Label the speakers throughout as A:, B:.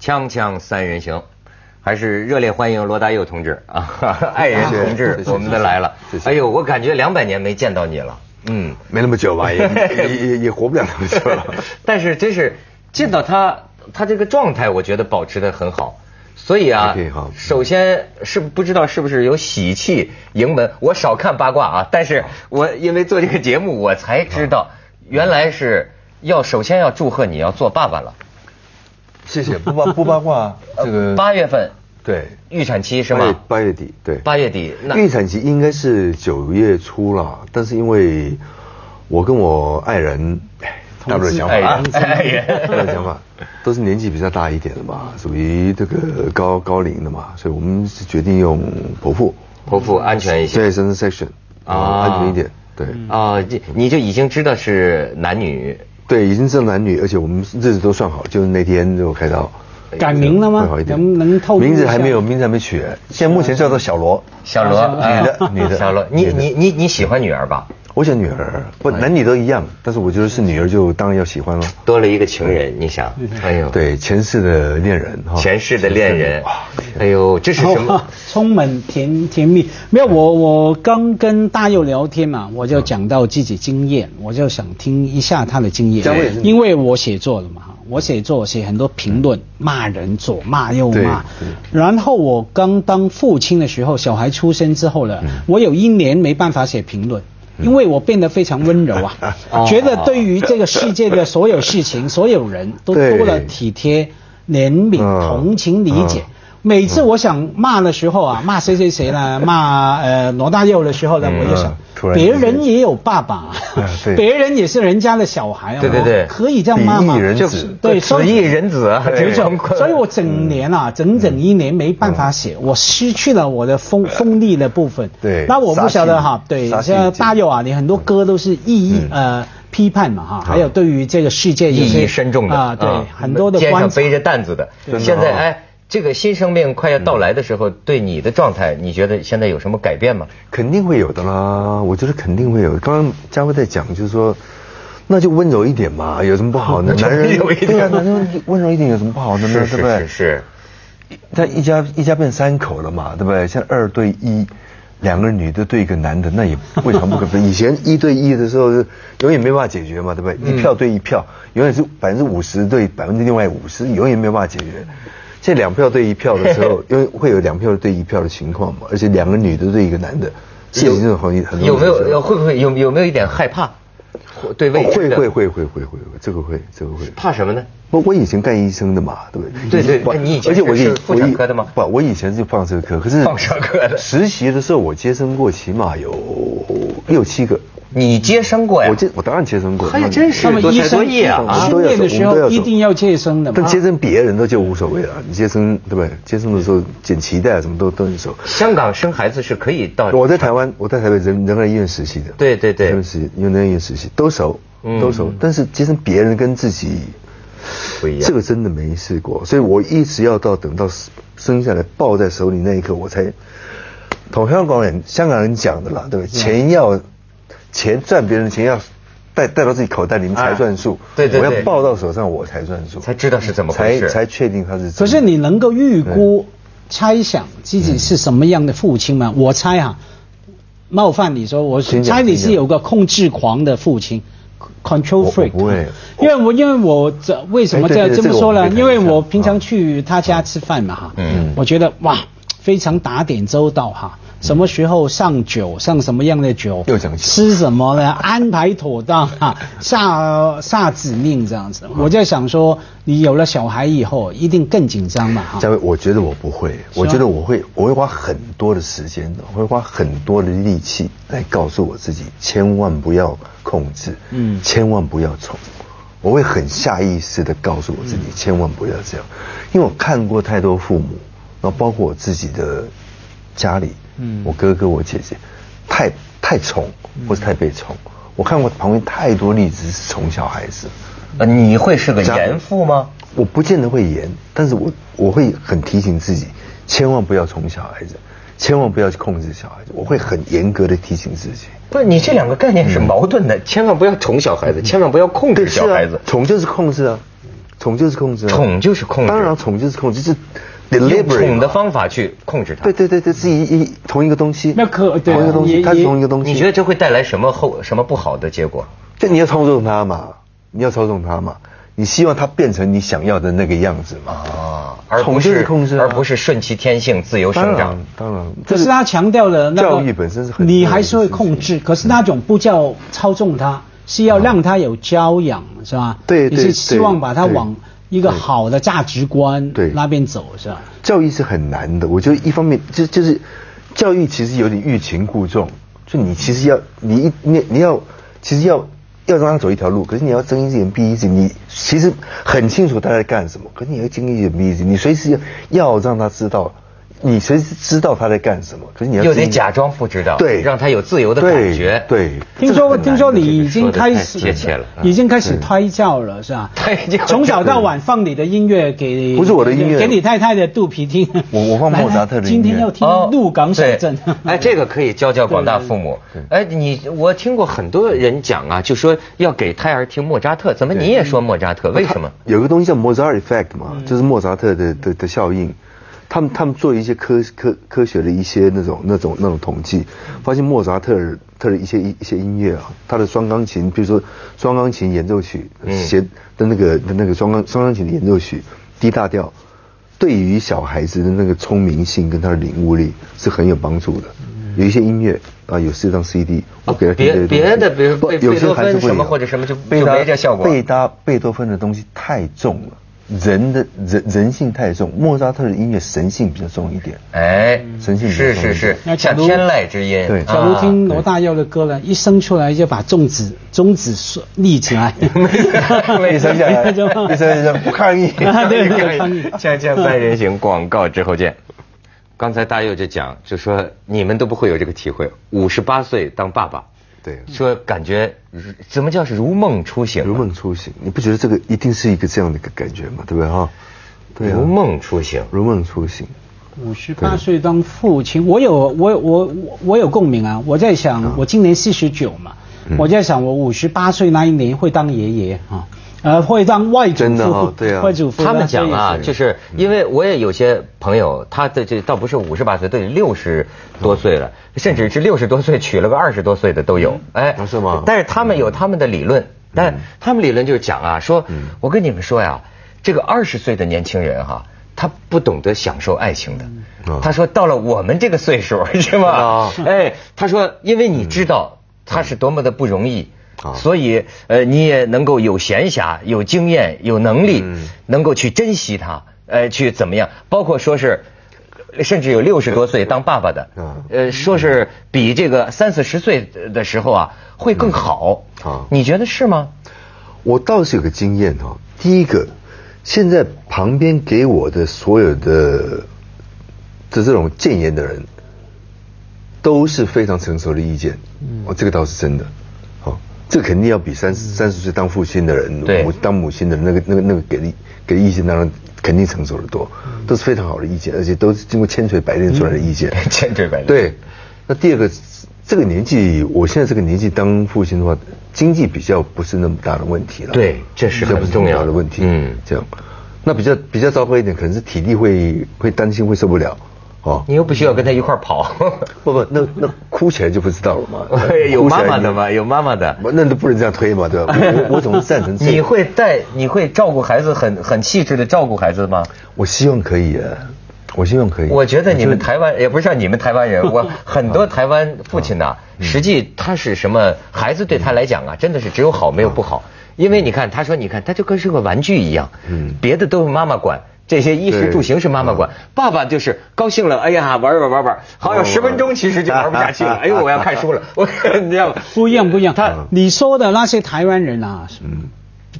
A: 锵锵三人行，还是热烈欢迎罗大佑同志啊， 爱人同志
B: 谢，谢
A: 我们的来了
B: 谢。谢
A: 哎呦，我感觉两百年没见到你了，嗯，
B: 没那么久 吧，也也也也活不了那么久了。
A: 但是真是见到他，他这个状态我觉得保持的很好。所以啊
B: 还可以哈，
A: 首先是不知道是不是有喜气迎门，我少看八卦啊，但是我因为做这个节目，我才知道原来是要首先要祝贺你要做爸爸了。
B: 谢谢，不八不八 卦，这个
A: 呃八月份
B: 对
A: 预产期是
B: 八月
A: 吗？
B: 八月底对，
A: 八月底那
B: 预产期应该是九月初了，但是因为我跟我爱人，哎大不了想法
A: 爱人
B: 啊，
A: 爱人
B: 大不了想法，都是年纪比较大一点的嘛，属于这个高高龄的嘛，所以我们是决定用剖腹，
A: 剖腹安全一些
B: 对，生 section
A: 啊
B: 安全一点，对。
A: 啊，这你就已经知道是男女
B: 对，已经知道男女，而且我们日子都算好，就是那天就开刀。
C: 改名了吗
B: 会哎好一点
C: 能不能透露一下
B: 名字还没有，名字还没取，现在目前叫做小罗。
A: 小罗，哎
B: 女的女的
A: 小罗，你
B: 女的
A: 你你你喜欢女儿吧？
B: 我想女儿，不男女都一样，但是我觉得是女儿就当然要喜欢了。
A: 多了一个情人，你想，哎呦，，
B: 对，前世的恋人哈，
A: 前世的恋人
B: 哇，
A: 哎呦，这是什么？
C: 充满甜甜蜜。没有，我我刚跟大佑聊天嘛，我就讲到自己经验，我就想听一下他的经验
B: 嘉慧也是，
C: 因为我写作了嘛，我写作写很多评论，骂人左骂右骂
B: 嗯对对。
C: 然后我刚当父亲的时候，小孩出生之后呢，
B: 嗯
C: 我有一年没办法写评论。因为我变得非常温柔 啊，
B: 哦
C: 觉得对于这个世界的所有事情、所有人都
B: 对
C: 多了体贴、怜悯、
B: 嗯
C: 同情、理解。
B: 嗯
C: 每次我想骂的时候
A: 嗯
C: 啊，骂谁谁谁 啦，骂呃罗大佑的时候呢，我就
A: 嗯
C: 想
B: 突，然
C: 别人也有爸爸
B: 嗯，对
C: 别人也是人家的小孩啊，
A: 对对对
C: 我可以这样骂
B: 比
C: 吗
B: 翼？人子
C: 对，所
A: 子
C: 以
A: 亦人子啊，
C: 没
A: 这
C: 错
A: 种，
C: 所以我整年
A: 嗯
C: 啊，整整一年没办法写，我失去了我的
A: 嗯
C: 锋锋利的部分。
B: 对
C: 那我不晓得哈
B: 杀，气
C: 对
B: 杀，气
C: 像大佑啊，你很多歌都是意义呃批判嘛哈，还有对于这个世界
A: 嗯
C: 有
A: 意
C: 些
A: 义深重的
C: 啊，对
A: 嗯，
C: 很多的
A: 肩
C: 观
A: 上
C: 察
A: 背着担子的。
B: 的
A: 现在
B: 哦
A: 哎，这个新生命快要到来的时候，对你的状态，你觉得现在有什么改变吗？
B: 肯定会有的啦，我觉得肯定会有。刚刚佳慧在讲，就是说，那就温柔一点嘛，有什么不 好呢？男人
A: 温柔一点
B: 对啊，男人温柔一点有什么不好的呢？
A: 是
B: 对不对？
A: 是是是，
B: 他一家一家变三口了嘛，对不对？现在二对一，两个女的对一个男的，那也未尝不可。以前一对一的时候，永远没办法解决嘛，对不对？一票对一票，永远是百分之五十对百分之另外五十，永远没有办法解决。现在两票对一票的时候，因为会有两票对一票的情况嘛，而且两个女的对一个男的，这已经是很很
A: 有没
B: 很
A: 有会不会有有没有一点害怕？或对未
B: 哦
A: 知
B: 会
A: 的
B: 会会会会会，这个会这个会。
A: 怕什么呢？
B: 我我以前干医生的嘛，对不对？
A: 对对
B: 不
A: 哎你以前
B: 而且我
A: 是
B: 以
A: 妇产科的吗
B: 我以不，我以前是放射科，可是
A: 放射科的
B: 实习的时候，我接生过起码有六七个。
A: 你接生过呀
B: 我？接我当然接生过，
A: 哎呀
B: 那
A: 真是
C: 那么
A: 多
C: 医
A: 啊才多
C: 生
A: 艺啊
B: 啊
C: 训练的时
B: 我们都
C: 候
B: 要走
C: 一定要接生的嘛
B: 但。接生别人的就无所谓了，你接生对不对？接生的时候剪脐带啊，什么都都很熟。
A: 香港生孩子是可以到
B: 我在台湾，我在台北人仁爱医院实习的。
A: 对嗯对对
B: 仁爱实习，仁爱医院实习都熟，都熟。但是其实别人跟自己
A: 不一样
B: 这个真的没试过，所以我一直要到等到生下来抱在手里那一刻，我才同香港人香港人讲的啦，对不对？
A: 嗯
B: 钱要钱赚别人的钱要带带到自己口袋里面才算数，
A: 啊对对对
B: 我要抱到手上我才算数，
A: 才知道是怎么回
B: 才
A: 事
B: 才确定他是真的。
C: 可是你能够预估、猜想自己是什么样的父亲
B: 嗯
C: 吗？我猜啊，冒犯你说，我
B: 请讲
C: 猜你
B: 请
C: 是
B: 讲
C: 有个控制狂的父亲，control
B: 我
C: freak。
B: 不会
C: 因为我因为我这为什么
B: 哎
C: 这
B: 对
C: 样
B: 对
C: 这么
B: 这个
C: 说
B: 我
C: 呢？
B: 们可以
C: 因为
B: 谈一下
C: 我平常去他家吃饭嘛哈，
A: 嗯
C: 我觉得哇，非常打点周到哈。什么时候上酒，上什么样的酒，
B: 又讲究
C: 吃什么呢？安排妥当啊，下下指令这样子。我在想说，你有了小孩以后，一定更紧张嘛哈。
B: 嘉伟，我觉得我不会，我觉得我会，我会花很多的时间，我会花很多的力气来告诉我自己，千万不要控制，
C: 嗯
B: 千万不要宠，我会很下意识的告诉我自己，
C: 嗯
B: 千万不要这样，因为我看过太多父母，然后包括我自己的家里，
C: 嗯
B: 我哥哥我姐姐，太太宠或是太被宠，我看过旁边太多例子是宠小孩子，
A: 呃，你会是个
B: 家
A: 严父吗？
B: 我不见得会严，但是我我会很提醒自己，千万不要宠小孩子，千万不要去控制小孩子，我会很严格的提醒自己。
A: 不是，你这两个嗯
B: 嗯
A: 概念是矛盾的，千万不要宠小孩子，千万不要控制小孩子。
B: 宠就是控制啊，宠就是控制啊，
A: 宠就是控制
B: 当然宠就是控制，就是啊
A: 用
B: deliberate
A: 宠的
B: 嘛
A: 方法去控制它。
B: 对对对对，是一一同一个东西，
C: 那可对
B: 同一个东
C: 也
B: 西，它是
C: 也
B: 同一个东西。
A: 你觉得这会带来什么后什么不好的结果？
B: 就你要操纵它嘛，你要操纵它嘛，你希望它变成你想要的那个样子嘛。
A: 啊，而
B: 宠
A: 不
B: 就是控制啊
A: 而不是顺其天性自由
B: 当
A: 生长
B: 然。，当然，
C: 可是他强调了那个
B: 教育本身是很
C: 你还是会控制，可是那种不叫操纵它，是要让它有教养，是吧？
B: 对
C: 你
B: 对
C: 是希望把它
B: 对
C: 往一个好的价值观
B: 对
C: 那边走，是吧？
B: 教育是很难的。我觉得一方面就就是教育其实有点欲擒故纵，就你其实要你一你你要其实要要让他走一条路，可是你要睁一只眼闭一只眼，你其实很清楚他在干什么，可是你要睁一只眼闭一只眼，你随时要要让他知道。你随时知道他在干什么，可是你要
A: 又得
B: 睁一
A: 假装不知道
B: 对，
A: 让他有自由的
B: 对
A: 感觉
B: 对，这
C: 听
B: 个
C: 说
B: 很难
C: 听说你
B: 的
C: 已经开
A: 这
C: 始
A: 个说得太贴切了
C: 已经开始胎教了，是
B: 嗯
C: 吧？
A: 胎教
C: 从早到晚放你的音乐给
B: 不是我的音乐
C: 给你太太的肚皮听。
B: 我我放莫扎特的
C: 来来今
B: 音
C: 天
B: 乐哦
C: 要听鹿港小镇。
A: 哦 对哎，这个可以教教广大父母。哎，你我听过很多人讲啊，就说要给胎儿听莫扎特，怎么你也说莫扎特？为什么？
C: 嗯
B: 有个东西叫莫扎尔 effect 嘛，
A: 嗯
B: 就是莫扎特的的的效应。他们他们做一些科科科学的一些那种那种那种统计，发现莫扎特尔特的一些一些音乐啊，他的双钢琴，比如说双钢琴演奏曲，写
A: 嗯
B: 的那个的那个双钢双钢琴的演奏曲低大调，对于小孩子的那个聪明性跟他的领悟力是很有帮助的。有一些音乐啊，有四张 CD，我给他听
A: 嗯啊别
B: 这些
A: 别
B: 东西
A: 的比如
B: 不
A: 贝
B: 有些
A: 贝多
B: 还是
A: 芬
B: 会
A: 什么
B: 有
A: 或者什么就
B: 贝
A: 就
B: 达
A: 没这效果
B: 贝他贝多芬的东西太重了，人的人人性太重，莫扎特的音乐神性比较重一点。
A: 哎，
B: 神性
A: 是
B: 比较
A: 是是
C: 嗯那，假
A: 像
C: 如
A: 天籁之音。
B: 对
A: 啊
C: 假如听罗大佑的歌呢，一生出来就把中指中指竖立起 来，
B: 医 生下来，医生下来，不抗议。
C: 啊对
A: 可
C: 对
A: 以
C: 抗议
A: 锵锵三人行广告之后见。刚才大佑就讲，就说你们都不会有这个体会，五十八岁当爸爸，
B: 对
A: 说感觉如怎么叫是如梦初醒啊，
B: 如梦初醒，你不觉得这个一定是一个这样的一个感觉吗？对不对哈？对啊
A: 如，梦初醒。
B: 如梦初醒。
C: 五十八岁当父亲，我有我有我我我有共鸣啊！我在想，我今年四十九嘛，我在想我五十八岁那一年会当爷爷啊，呃，会当外祖
B: 真的
C: 父
B: 哦，对啊
C: 外祖父。
A: 他们讲
C: 那
A: 啊，
C: 所以
A: 就是
B: 嗯
A: 因为我也有些朋友，他的这倒不是五十八岁，对，六十多岁了，甚至是六十多岁娶了个二十多岁的都有，哎
B: 嗯啊，是吗
A: 但是他们有他们的理
B: 嗯
A: 论，但他们理论就是讲啊，说我跟你们说呀，这个二十岁的年轻人哈、他不懂得享受爱情的
B: 嗯，
A: 他说到了我们这个岁数是吗
B: 啊？
A: 哎，他说因为你知
B: 嗯
A: 道他是多么的不容易
B: 啊，
A: 所以呃你也能够有闲暇、有经验、有能力，
B: 嗯
A: 能够去珍惜它，呃去怎么样？包括说是。呃甚至有六十多岁当爸爸的
B: 嗯，
A: 呃，说是比这个三四十岁的时候啊会更好
B: 嗯啊
A: 你觉得是吗？
B: 我倒是有个经验哈、第一个，现在旁边给我的所有的的这种谏言的人，都是非常成熟的意见，哦，这个倒是真的，好、这肯定要比三三十岁当父亲的人，
A: 对
B: 母当母亲的人那个那个那个给力给的意见当然肯定成熟的多，都是非常好的意见，而且都是经过千锤百炼出来的意见，
A: 千锤百炼。
B: 对，那第二个，这个年纪，我现在这个年纪当父亲的话，经济比较不是那么大的问题了。
A: 对这是
B: 比较
A: 很
B: 不那么
A: 重要
B: 大
A: 的
B: 的问题。
A: 嗯
B: 嗯，这样，那比较比较糟糕一点，可能是体力会会担心会受不了，哦。
A: 你又不需要跟他一块儿 跑，。
B: 不不，那那哭起来就不知道了嘛
A: 哎有
B: 哭起
A: 妈
B: 来
A: 妈
B: 你
A: 的嘛，有妈妈的。
B: 不那都不能这样推嘛，对吧？我我我总是赞成这 个。
A: 你会带，你会照顾孩子很，很细致的照顾孩子吗？
B: 我希望可以啊，我希望可以。
A: 我觉得你们台湾也不是像你们台湾人，我很多台湾父亲呐、啊实际他是什么孩子对他来讲啊，真的是只有好没有不好，因为你看他说，你看他就跟是个玩具一样，别的都是妈妈管。这些衣食
B: 对
A: 住行是妈妈管，爸爸就是高兴了，哎呀，玩玩玩玩，好像十分钟其实就玩不下去了，哎呦，我要看书了，我你知道吗？
C: 不一样不一样。他你说的那些台湾人啊，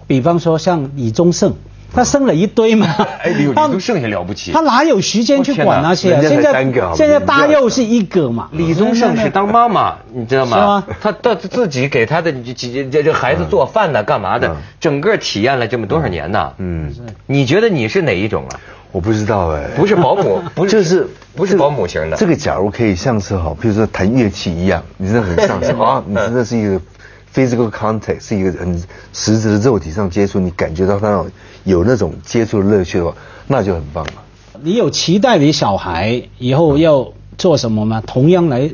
C: 比方说像李宗盛，他生了一堆嘛，
A: 哎，李李
C: 他
A: 宗盛也了不起
C: 他，哪有时间去管那些啊？
B: 我天哪人
C: 现
B: 家才三个
C: 在
B: 好吗
C: 现在大佑是一个嘛，
A: 李宗盛是当妈妈，你知道
C: 是
A: 吗
C: 吗？
A: 他他自己给他的这这这这孩
B: 嗯
A: 子做饭呢，干嘛的？整个体验了这么多少年呢？嗯，你觉得你是哪一种啊？
B: 我不知道哎，
A: 不是保 姆，不是
B: 就是
A: 不是
B: 这个
A: 保姆型的？
B: 这个假如可以像是哈，比如说弹乐器一样，你真的很上手啊，你真的是一个 physical contact 是一个很实质的肉体上接触，你感觉到他有那种接触的乐趣的话，那就很棒了。
C: 你有期待你小孩以后要做什么吗？同样来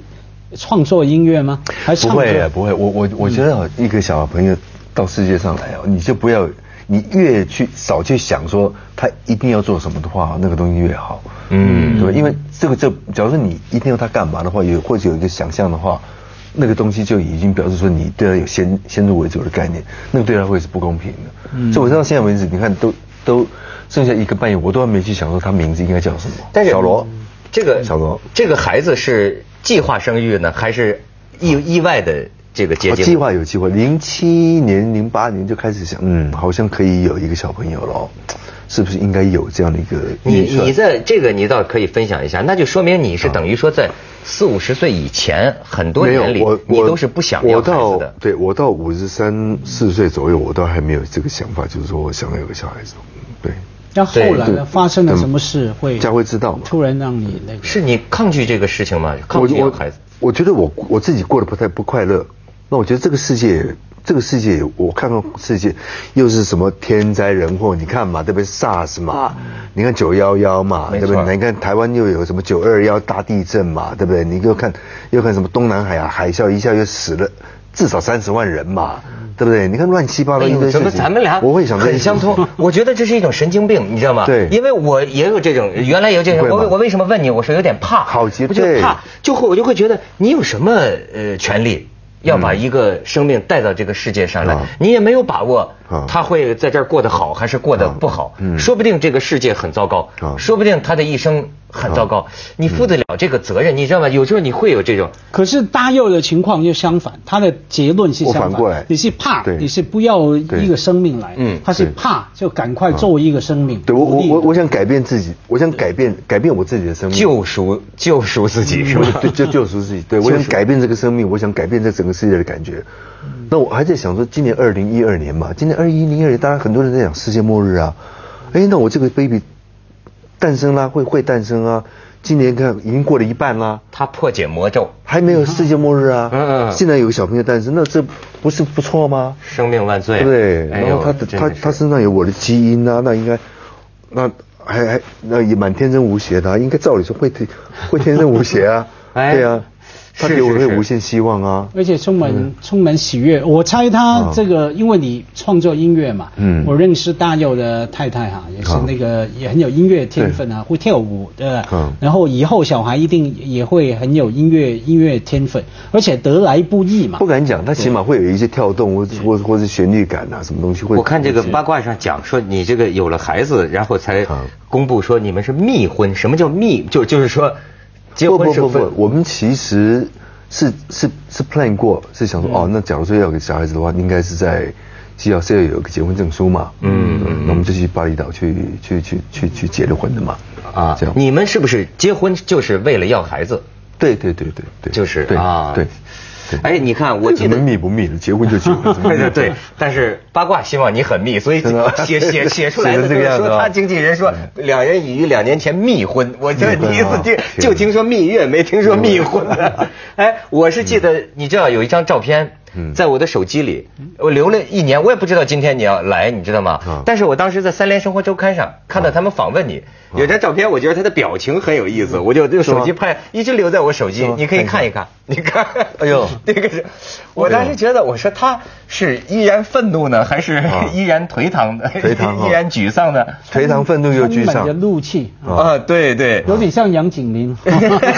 C: 创作音乐吗？还是
B: 不
C: 唱歌
B: 会啊，不会。我我我觉得啊一个小朋友到世界上来哦，你就不要，你越去少去想说他一定要做什么的话，那个东西越好。嗯，对吧？因为这个这，假如说你一定要他干嘛的话，有或者有一个想象的话，那个东西就已经表示说你对他有先先入为主的概念，那个对他会是不公平的。所以我到现在为止，你看都都剩下一个半夜，我都还没去想说他名字应该叫什么。
A: 但是
B: 小罗，
A: 这个
B: 小罗
A: 这个孩子是计划生育呢，还是意意外的这个结
B: 我
A: 晶？
B: 啊哦计划有机会，零七年、零八年就开始想，嗯，好像可以有一个小朋友了，是不是应该有这样的一个
A: 你
B: 预算
A: 你在这个你倒可以分享一下，那就说明你是等于说在四五十岁以前很多
B: 没有
A: 年里
B: 我，
A: 你
B: 我
A: 都是不想要孩
B: 我
A: 子
B: 到
A: 的。
B: 对我到五十三四岁左右，我倒还没有这个想法，就是说我想要有个小孩子。嗯对，
C: 那后来
B: 对
C: 呢？发生了什么事会？
B: 家会知道吗
C: 突然让你那个
A: 是你抗拒这个事情吗？抗
B: 我
A: 拒要啊孩子？
B: 我我觉得我我自己过得不太不快乐。那我觉得这个世界，这个世界，我看看世界，又是什么天灾人祸？你看嘛，对不对？SARS 嘛，你看九幺幺嘛，
A: 啊没
B: 对
A: 错
B: 不对？你看台湾又有什么九二幺大地震嘛，对不对？你又看又看什么东南海啊海啸，一下又死了至少三十万人嘛，对不对？你看乱七八糟
A: 哎
B: 一
A: 呦
B: 堆事
A: 怎么
B: 情。
A: 咱们俩
B: 我会想这些
A: 很相 通？我觉得这是一种神经病，你知道吗？
B: 对
A: 因为我也有这种，原来有这种。
B: 会吗
A: 我为我为什么问你？我说有点怕，
B: 好极
A: 我就
B: 对
A: 怕，就会我就会觉得你有什么呃权利要把一个生命带到这个世界上来
B: 嗯啊？
A: 你也没有把握
B: 啊
A: 他会在这儿过得好还是过得不好，
B: 嗯
A: 说不定这个世界很糟糕，
B: 啊
A: 说不定他的一生很糟糕，你负得了这个责任，你知道吗？有时候你会有这种。
C: 可是大佑的情况又相反，他的结论是相
B: 我
C: 反。
B: 反过来
C: 你是怕，
B: 对
C: 你是不要一个生命来，
A: 嗯
C: 他是
B: 对
C: 怕就赶快做一个生命。
B: 对我我
C: 鼓励
B: 我我想改变自己，我想改变改变我自己的生命。
A: 救赎救赎自己是
B: 我
A: 吧？
B: 就对，就救赎自己。对，我想改变这个生命，我想改变这整个世界的感觉。
A: 嗯
B: 那我还在想说，今年二零一二年嘛，今年二一零二年，大家很多人在讲世界末日啊。哎，那我这个 baby 诞生啦，会会诞生啊。今年看已经过了一半啦，
A: 他破解魔咒，
B: 还没有世界末日啊。
A: 嗯嗯
B: 现在有个小朋友诞生，那这不是不错吗？
A: 生命万岁。
B: 对不对？
A: 哎
B: 然
A: 呦
B: 后他的
A: 真
B: 他
A: 的是
B: 他身上有我的基因啊，那应该，那还还那也蛮天真无邪的、啊，应该照理说会天会天真无邪啊，
A: 哎
B: 对啊，他
A: 是
B: 给我
A: 是
B: 会
A: 是
B: 无限希望啊。
C: 而且充满、充满喜悦。我猜他这个，因为你创作音乐嘛，
B: 嗯
C: 我认识大佑的太太哈、也是
B: 啊
C: 那个也很有音乐天分啊，会跳舞的，
B: 嗯
C: 然后以后小孩一定也会很有音乐音乐天分，而且得来不易嘛
B: 不。敢讲，他起码会有一些跳动，或或或是旋律感啊，什么东西会。
A: 我看这个八卦上讲说你这个有了孩子，然后才
B: 啊
A: 公布说你们是密婚。什么叫密？就就是说，结
B: 不
A: 婚
B: 不
A: 是
B: 不
A: 分
B: 不，我们其实是是是 plan 过，是想说、哦，
A: 嗯
B: 那假如说要给小孩子的话，应该是在需要是要有个结婚证书嘛，嗯，那我们就去巴厘岛去去去去去结了婚的嘛，
A: 啊
B: 这样。。
A: 你们是不是结婚就是为了要孩子？
B: 对对对对对，
A: 就是
B: 对
A: 啊，
B: 对。
A: 哎，你看，我记
B: 怎
A: 得
B: 么密不密的，结婚就结婚，怎么
A: 对
B: 密
A: 对对，但是八卦希望你很 密，所以
B: 真的吗
A: 写写 写出来的
B: 写成
A: 就
B: 这个
A: 是
B: 样子
A: 说
B: 啊嗯
A: 他经纪人说两人已于两年前密婚，我就
B: 密婚啊
A: 第一次听
B: 天
A: 就听说蜜月，没听说密婚
B: 啊
A: 的。 哎，我是记得你知道有一张照片。
B: 嗯
A: 在我的手机里，我留了一年，我也不知道今天你要来，你知道吗
B: 嗯？
A: 但是我当时在《三联生活周刊》
B: 啊
A: 上看到他们访问你，有张照片，我觉得他的表情很有意思，我就用手机拍，一直留在我手机
B: 啊是吗，
A: 你可以看
B: 看
A: 一
B: 一
A: 看，你看，
B: 哎 呦哎
A: 这个是，我当时觉得，我说他是依然愤怒呢，还是
B: 啊
A: 依然颓唐的，
B: 颓唐 哦
A: 依然沮丧的？
B: 颓唐愤怒又沮
C: 充满着
B: 丧。
C: 怒气，
A: 啊，对对，
C: 有点像杨景林。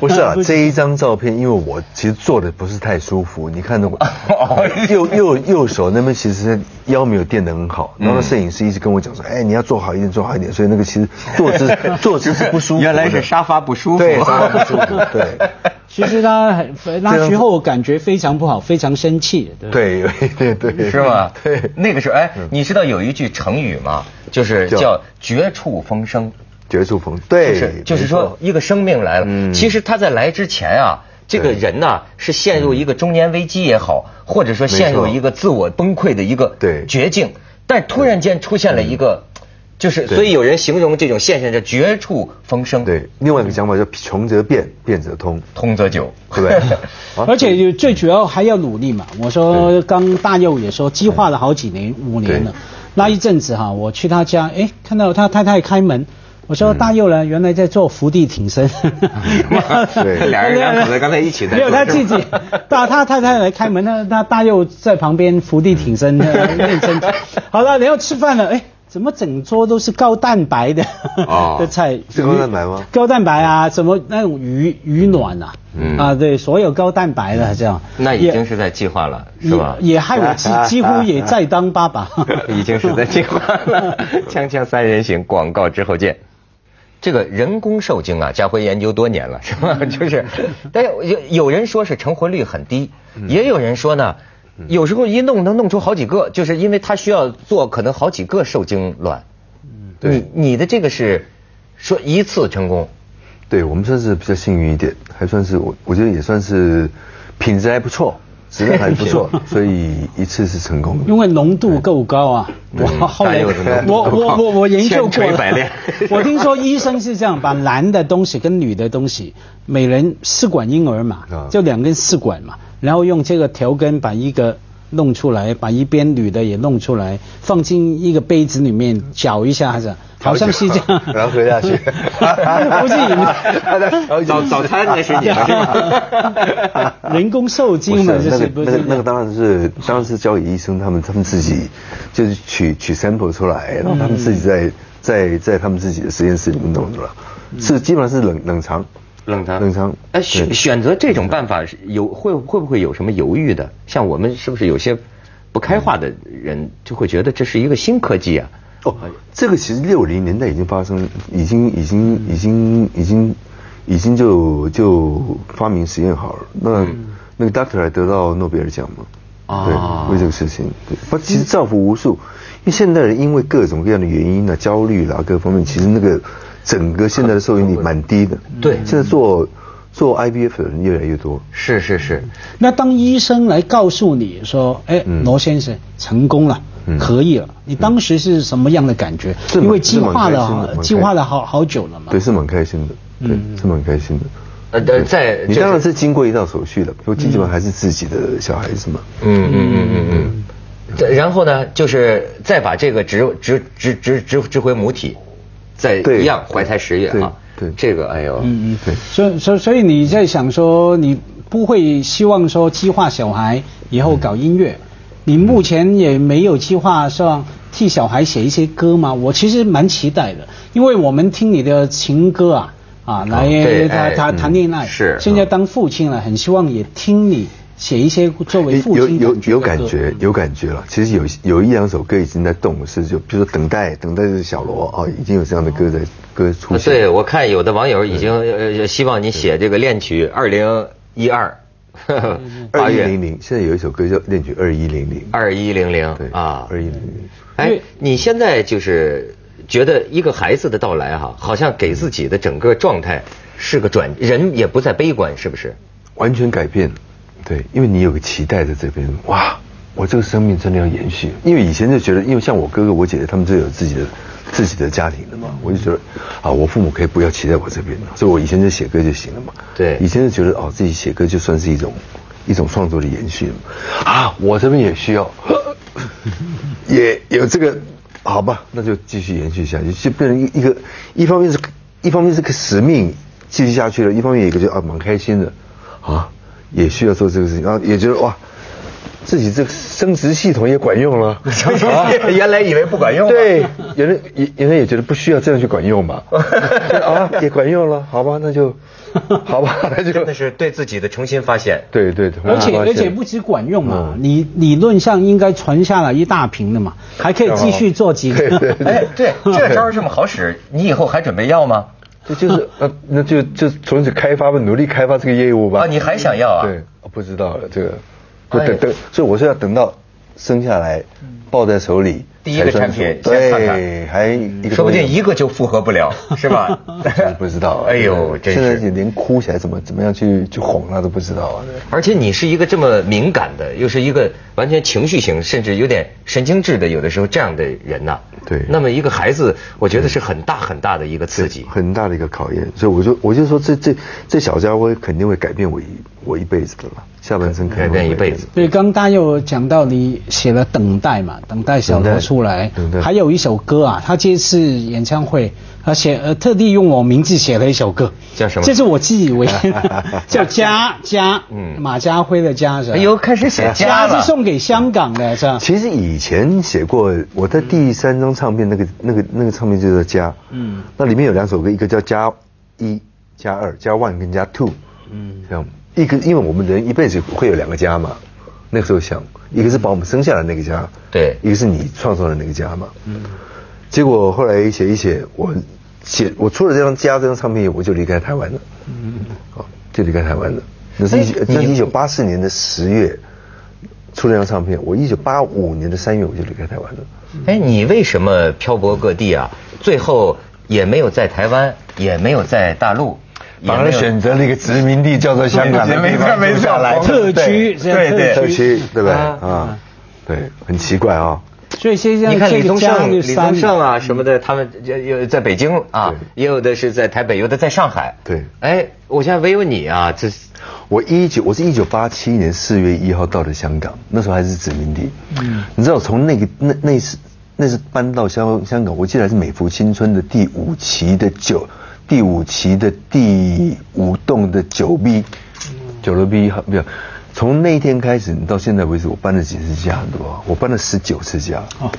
B: 不是啊，这一张照片，因为我其实坐的不是太舒服，你看 到我右右右手那边其实腰没有垫得很好，
A: 嗯
B: 然后那摄影师一直跟我讲说，哎，你要坐好一点，坐好一点，所以那个其实坐 姿坐姿是不舒服的。
A: 原来是沙发不舒服，
B: 对，沙发不舒服，对。
C: 其实他 很那时候我感觉非常不好，非常生气，对吧。
B: 对对对，
A: 是吗？
B: 对，
A: 那个时候，哎，你知道有一句成语吗？就是
B: 嗯叫
A: 叫绝处逢生。
B: 绝处逢
A: 就
B: 对，
A: 是就是
B: 没错
A: 说，一个生命来了，
B: 嗯
A: 其实他在来之前啊，这个人呐、是陷入一个中年危机也好，或者说陷入一个自我崩溃的一个
B: 对
A: 绝境，但突然间出现了一个就是所以有人形容这种现象叫绝处逢生，
B: 对，另外一个讲法叫穷则变，变则通，
A: 通则久，
B: 对不 对？啊
C: 而且就最主要还要努力嘛。我说刚大佑也说，计划了好几年，五年了
B: 对。
C: 那一阵子哈，我去他家，哎，看到他太太开门，
A: 嗯
C: 我说大佑呢，原来在做伏地挺 身。
B: 对
A: 俩人两口子刚才一起在
C: 没有
A: 做
C: 他
A: 是
C: 自
A: 吗
C: 己， 大他太太来开门，他他大佑在旁边伏地 挺身呃练身体。好了，然后吃饭了，哎。怎么整桌都是高蛋白的
A: 哦
C: 的菜？
B: 是高蛋白吗
C: 高蛋白啊，什么那种鱼鱼卵啊，
A: 嗯
C: 啊，对，所有高蛋白的这样。
A: 那已
C: 也
A: 经是在计划了，是吧？
C: 也也害我 几几乎也在当爸爸。
A: 已经是在计划 了。锵锵三人行，广告之后见。这个人工受精啊，家辉研究多年了，是吧？就是，但有有有人说是成活率很低，也有人说呢，有时候一弄能弄出好几个，就是因为他需要做可能好几个受精卵。你你的这个是说一次成功，
B: 对我们算是比较幸运一点，还算是我我觉得也算是品质还不错，质量还不 错，所以一次是成功的。
C: 因为浓度够高啊！我后
A: 嗯大
C: 来
A: 柚子浓度
C: 我
A: 够高
C: 我我我研究过
A: 千锤
C: 了
A: 百炼
C: 我听说医生是这样，把男的东西跟女的东西，每人试管婴儿嘛
B: 啊，。
C: 就两根试管嘛，然后用这个调羹把一个弄出来，把一边女的也弄出来，放进一个杯子里面搅一下子，好像是这 样
B: 然后喝下 去
C: 不是你们
A: 早早餐那是你的是吧？
C: 人工受精嘛，
B: 不是
C: 这
B: 那
C: 是
B: 个
C: 不
B: 那
C: 是
B: 个？那个当然是当然是交给医生他们他们自己就是取取 sample 出
C: 嗯
B: 来，然后他们自己在在在他们自己的实验室里面弄出来，是基本上是冷冷藏，
A: 冷藏，
B: 冷藏。
A: 哎，
B: 对
A: 选选择这种办法是有会会不会有什么犹豫的？像我们是不是有些不开化的人就会觉得这是一个新科技啊？
B: 哦，这个其实六零年代已经发生，已经已经已经已经已经就就发明实验好了。那、
C: 嗯
B: 那个 Doctor 还得到诺贝尔奖嘛？
A: 啊
B: 对，为这个事情，对，不，其实造福无数。因为现代人因为各种各样的原因啊，焦虑啦、各方面，其实那个整个现在的受孕率蛮低的。
A: 对
B: 现在做做 IVF 的人越来越多。
A: 是是是，
C: 那当医生来告诉你说，
B: 嗯
C: 哎，罗先生成功了，可以了，你当时是什么样的感觉？
B: 是蛮
C: 因为计划
B: 是蛮开心的蛮开
C: 了，
B: 心
C: 计划了好好久了嘛嗯
B: 对，。是蛮开心的，对，是蛮开心的。
A: 呃呃，在
B: 你
A: 就
B: 当然是经过一道手续
C: 嗯
B: 了，不过基本上还是自己的小孩子嘛。
A: 嗯嗯嗯嗯嗯这，然后呢，就是再把这个植植植植植植回母体，再
B: 对
A: 一样怀胎十月啊。
B: 对对
A: 这个哎呦，
C: 嗯嗯，
B: 对
C: 所以所以所以你在想说，你不会希望说计划小孩以后搞音乐，你目前也没有计划上替小孩写一些歌吗？我其实蛮期待的，因为我们听你的情歌啊啊，来
A: 对
C: 他
A: 哎
C: 他
A: 嗯
C: 谈恋爱，
A: 是
C: 现在当父亲了，很希望也听你写一些作为父
B: 有
C: 亲
B: 有有
C: 的嗯
B: 感
C: 歌
B: 觉，有感觉了。其实有有一两首歌已经在动了，是就比如说《等待》，《等待》就是小罗哦，已经有这样的歌在歌出现。
C: 啊
A: 对，我看有的网友已经呃希望你写这个恋曲二零一二， 八
B: 二一
A: 月
B: 零零，现在有一首歌叫《恋曲二一零零》。
A: 二一零零
B: 对
A: 啊，
B: 二一零零。
A: 哎，你现在就是觉得一个孩子的到来哈、好像给自己的整个状态是个转，人也不再悲观，是不是？
B: 完全改变，对，因为你有个期待在这边，哇，我这个生命真的要延续。因为以前就觉得，因为像我哥哥、我姐姐他们都有自己的自己的家庭了嘛，我就觉得啊，我父母可以不要期待我这边了，所以我以前就写歌就行了嘛。
A: 对
B: 以前就觉得哦，自己写歌就算是一种一种创作的延续了嘛啊，我这边也需要， 也有这个，好吧，那就继续延续下去，就变成一一个，一方面是一方面是个使命继续下去了，一方面有一个就啊蛮开心的，啊，也需要做这个事情，然后也觉得哇，自己这个生殖系统也管用了，
A: 原来以为不管用啊
B: 对，原来也原来也觉得不需要这样去管用嘛， 啊，也管用了，好吧，那就，好吧，那就
A: 真的是对自己的重新发现。
B: 对对，对
C: 而且
B: 我发
C: 而
B: 现
C: 且不止管用嘛，你理论上应该存下来一大瓶的嘛，还可以继续做几个。
A: 哎，对，这招这么好使， 你以后还准备要吗？
B: 这就是呃，那就就从此开发吧，努力开发这个业务吧。
A: 啊，你还想要啊？
B: 对，我不知道了这个，我
A: 哎
B: 等等，所以我是要等到生下来抱在手里
A: 第一个
B: 才算
A: 产品
B: 数
A: 先看看
B: 对，还一个
A: 说不定
B: 多月？
A: 一个就复合不了，是吧
B: 不知道，
A: 哎呦，真
B: 现在
A: 是！
B: 连哭起来怎么怎么样去去哄他都不知道啊。
A: 而且你是一个这么敏感的，又是一个完全情绪型，甚至有点神经质的，有的时候这样的人呐、
B: 对
A: 那么一个孩子，我觉得是很大很大的一个刺激。
B: 很大的一个考验，所以我就我就说这这这小家伙肯定会改变我一我一辈子的了，下半生肯定会
A: 改变一辈子。
C: 对，刚大佑讲到你写了《等待》嘛，《等待小罗出来
B: 等待等》，待
C: 还有一首歌啊，他这次演唱会，他写呃特地用我名字写了一首歌，
A: 叫什么
C: 这是我自己为叫家家，嗯，马家辉的家是吧？
A: 哎呦，开始写家
C: 家
A: 了
C: 是。送给香港的是吧？
B: 其实以前写过，我在第三张唱片那个那个那个唱片就叫《家》，
C: 嗯
B: 嗯，那里面有两首歌，一个叫《加一》、《加二》、《加 one》跟《加 two》，嗯，这样一个，因为我们人一辈子会有两个家嘛，那个时候想，一个是把我们生下来那个家，
A: 对
B: 一个是你创造的那个家嘛，嗯，结果后来写一写，我写我出了这张《家》这张唱片以后，我就离开台湾了，嗯，哦，就离开台湾了，那是一那是一九八四年的十月。出了一张唱片，我一九八五年的三月我就离开台湾了。
A: 哎，你为什么漂泊各地啊？最后也没有在台湾，也没有在大陆，也没有
B: 择了一个殖民地叫做香港的地方留下来
C: 特区
B: 对对，
C: 特
B: 特
C: 区
B: 区对不对
A: 啊
B: 啊？对，很奇怪啊。
C: 所以现在
A: 你看
C: 这
A: 李
C: 个
A: 宗
C: 家
A: 盛、
C: 就
A: 李
C: 删
A: 宗盛
C: 了。
A: 啊什么的，他们也有在北京啊
B: 嗯对，
A: 也有的是在台北，有的在上海。
B: 对
A: 哎，我现在唯有你啊，这
B: 我一九，我是一九八七年四月一号到的香港，那时候还是殖民地。嗯，你知道从那个那那次那次搬到香香港，我记得还是美孚新村的第五期的九第五期的第五栋的九 B 九楼 B 没有。从那一天开始，你到现在为止，我搬了几次家，对吧？我搬了十九次家。哦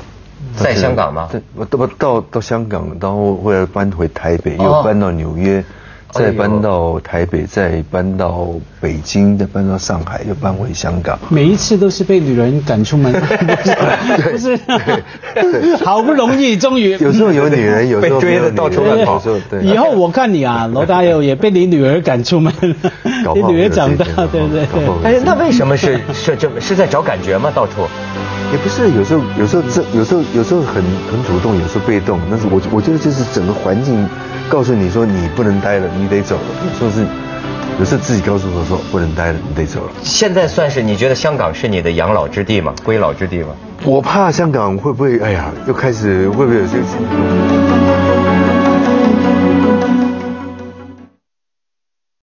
A: 在香港吗？
B: 对，我到到到香港，然后后来搬回台北，
A: 哦
B: 又搬到纽约，
A: 哎
B: 再
A: 呦
B: 搬到台北，再搬到北京，再搬到上海，又搬回香港。
C: 每一次都是被女人赶 出门，不是，好不容易终于
B: 有时候有女人，有时候
A: 哎被追
B: 没有
A: 得
B: 女
A: 到处
B: 人
A: 乱跑
B: 有时候对，
C: 以后我看你 啊，罗大佑也被你女儿赶出门了，
B: 搞
C: 你
B: 不好
C: 女儿长大
B: 会有这一，天
C: 对不对
B: 搞不好会
A: 哎，那为什么是是这么是在找感觉吗？到处
B: 也不是，有时候有时候这有时候有时候很很主动，有时候被动。但是我我觉得就是整个环境告诉你说你不能待了，你得走了。有时候是有时候自己告诉我说不能待了，你得走了。
A: 现在算是你觉得香港是你的养老之地吗？归老之地吗？
B: 我怕香港会不会哎呀，又开始会不会有这个？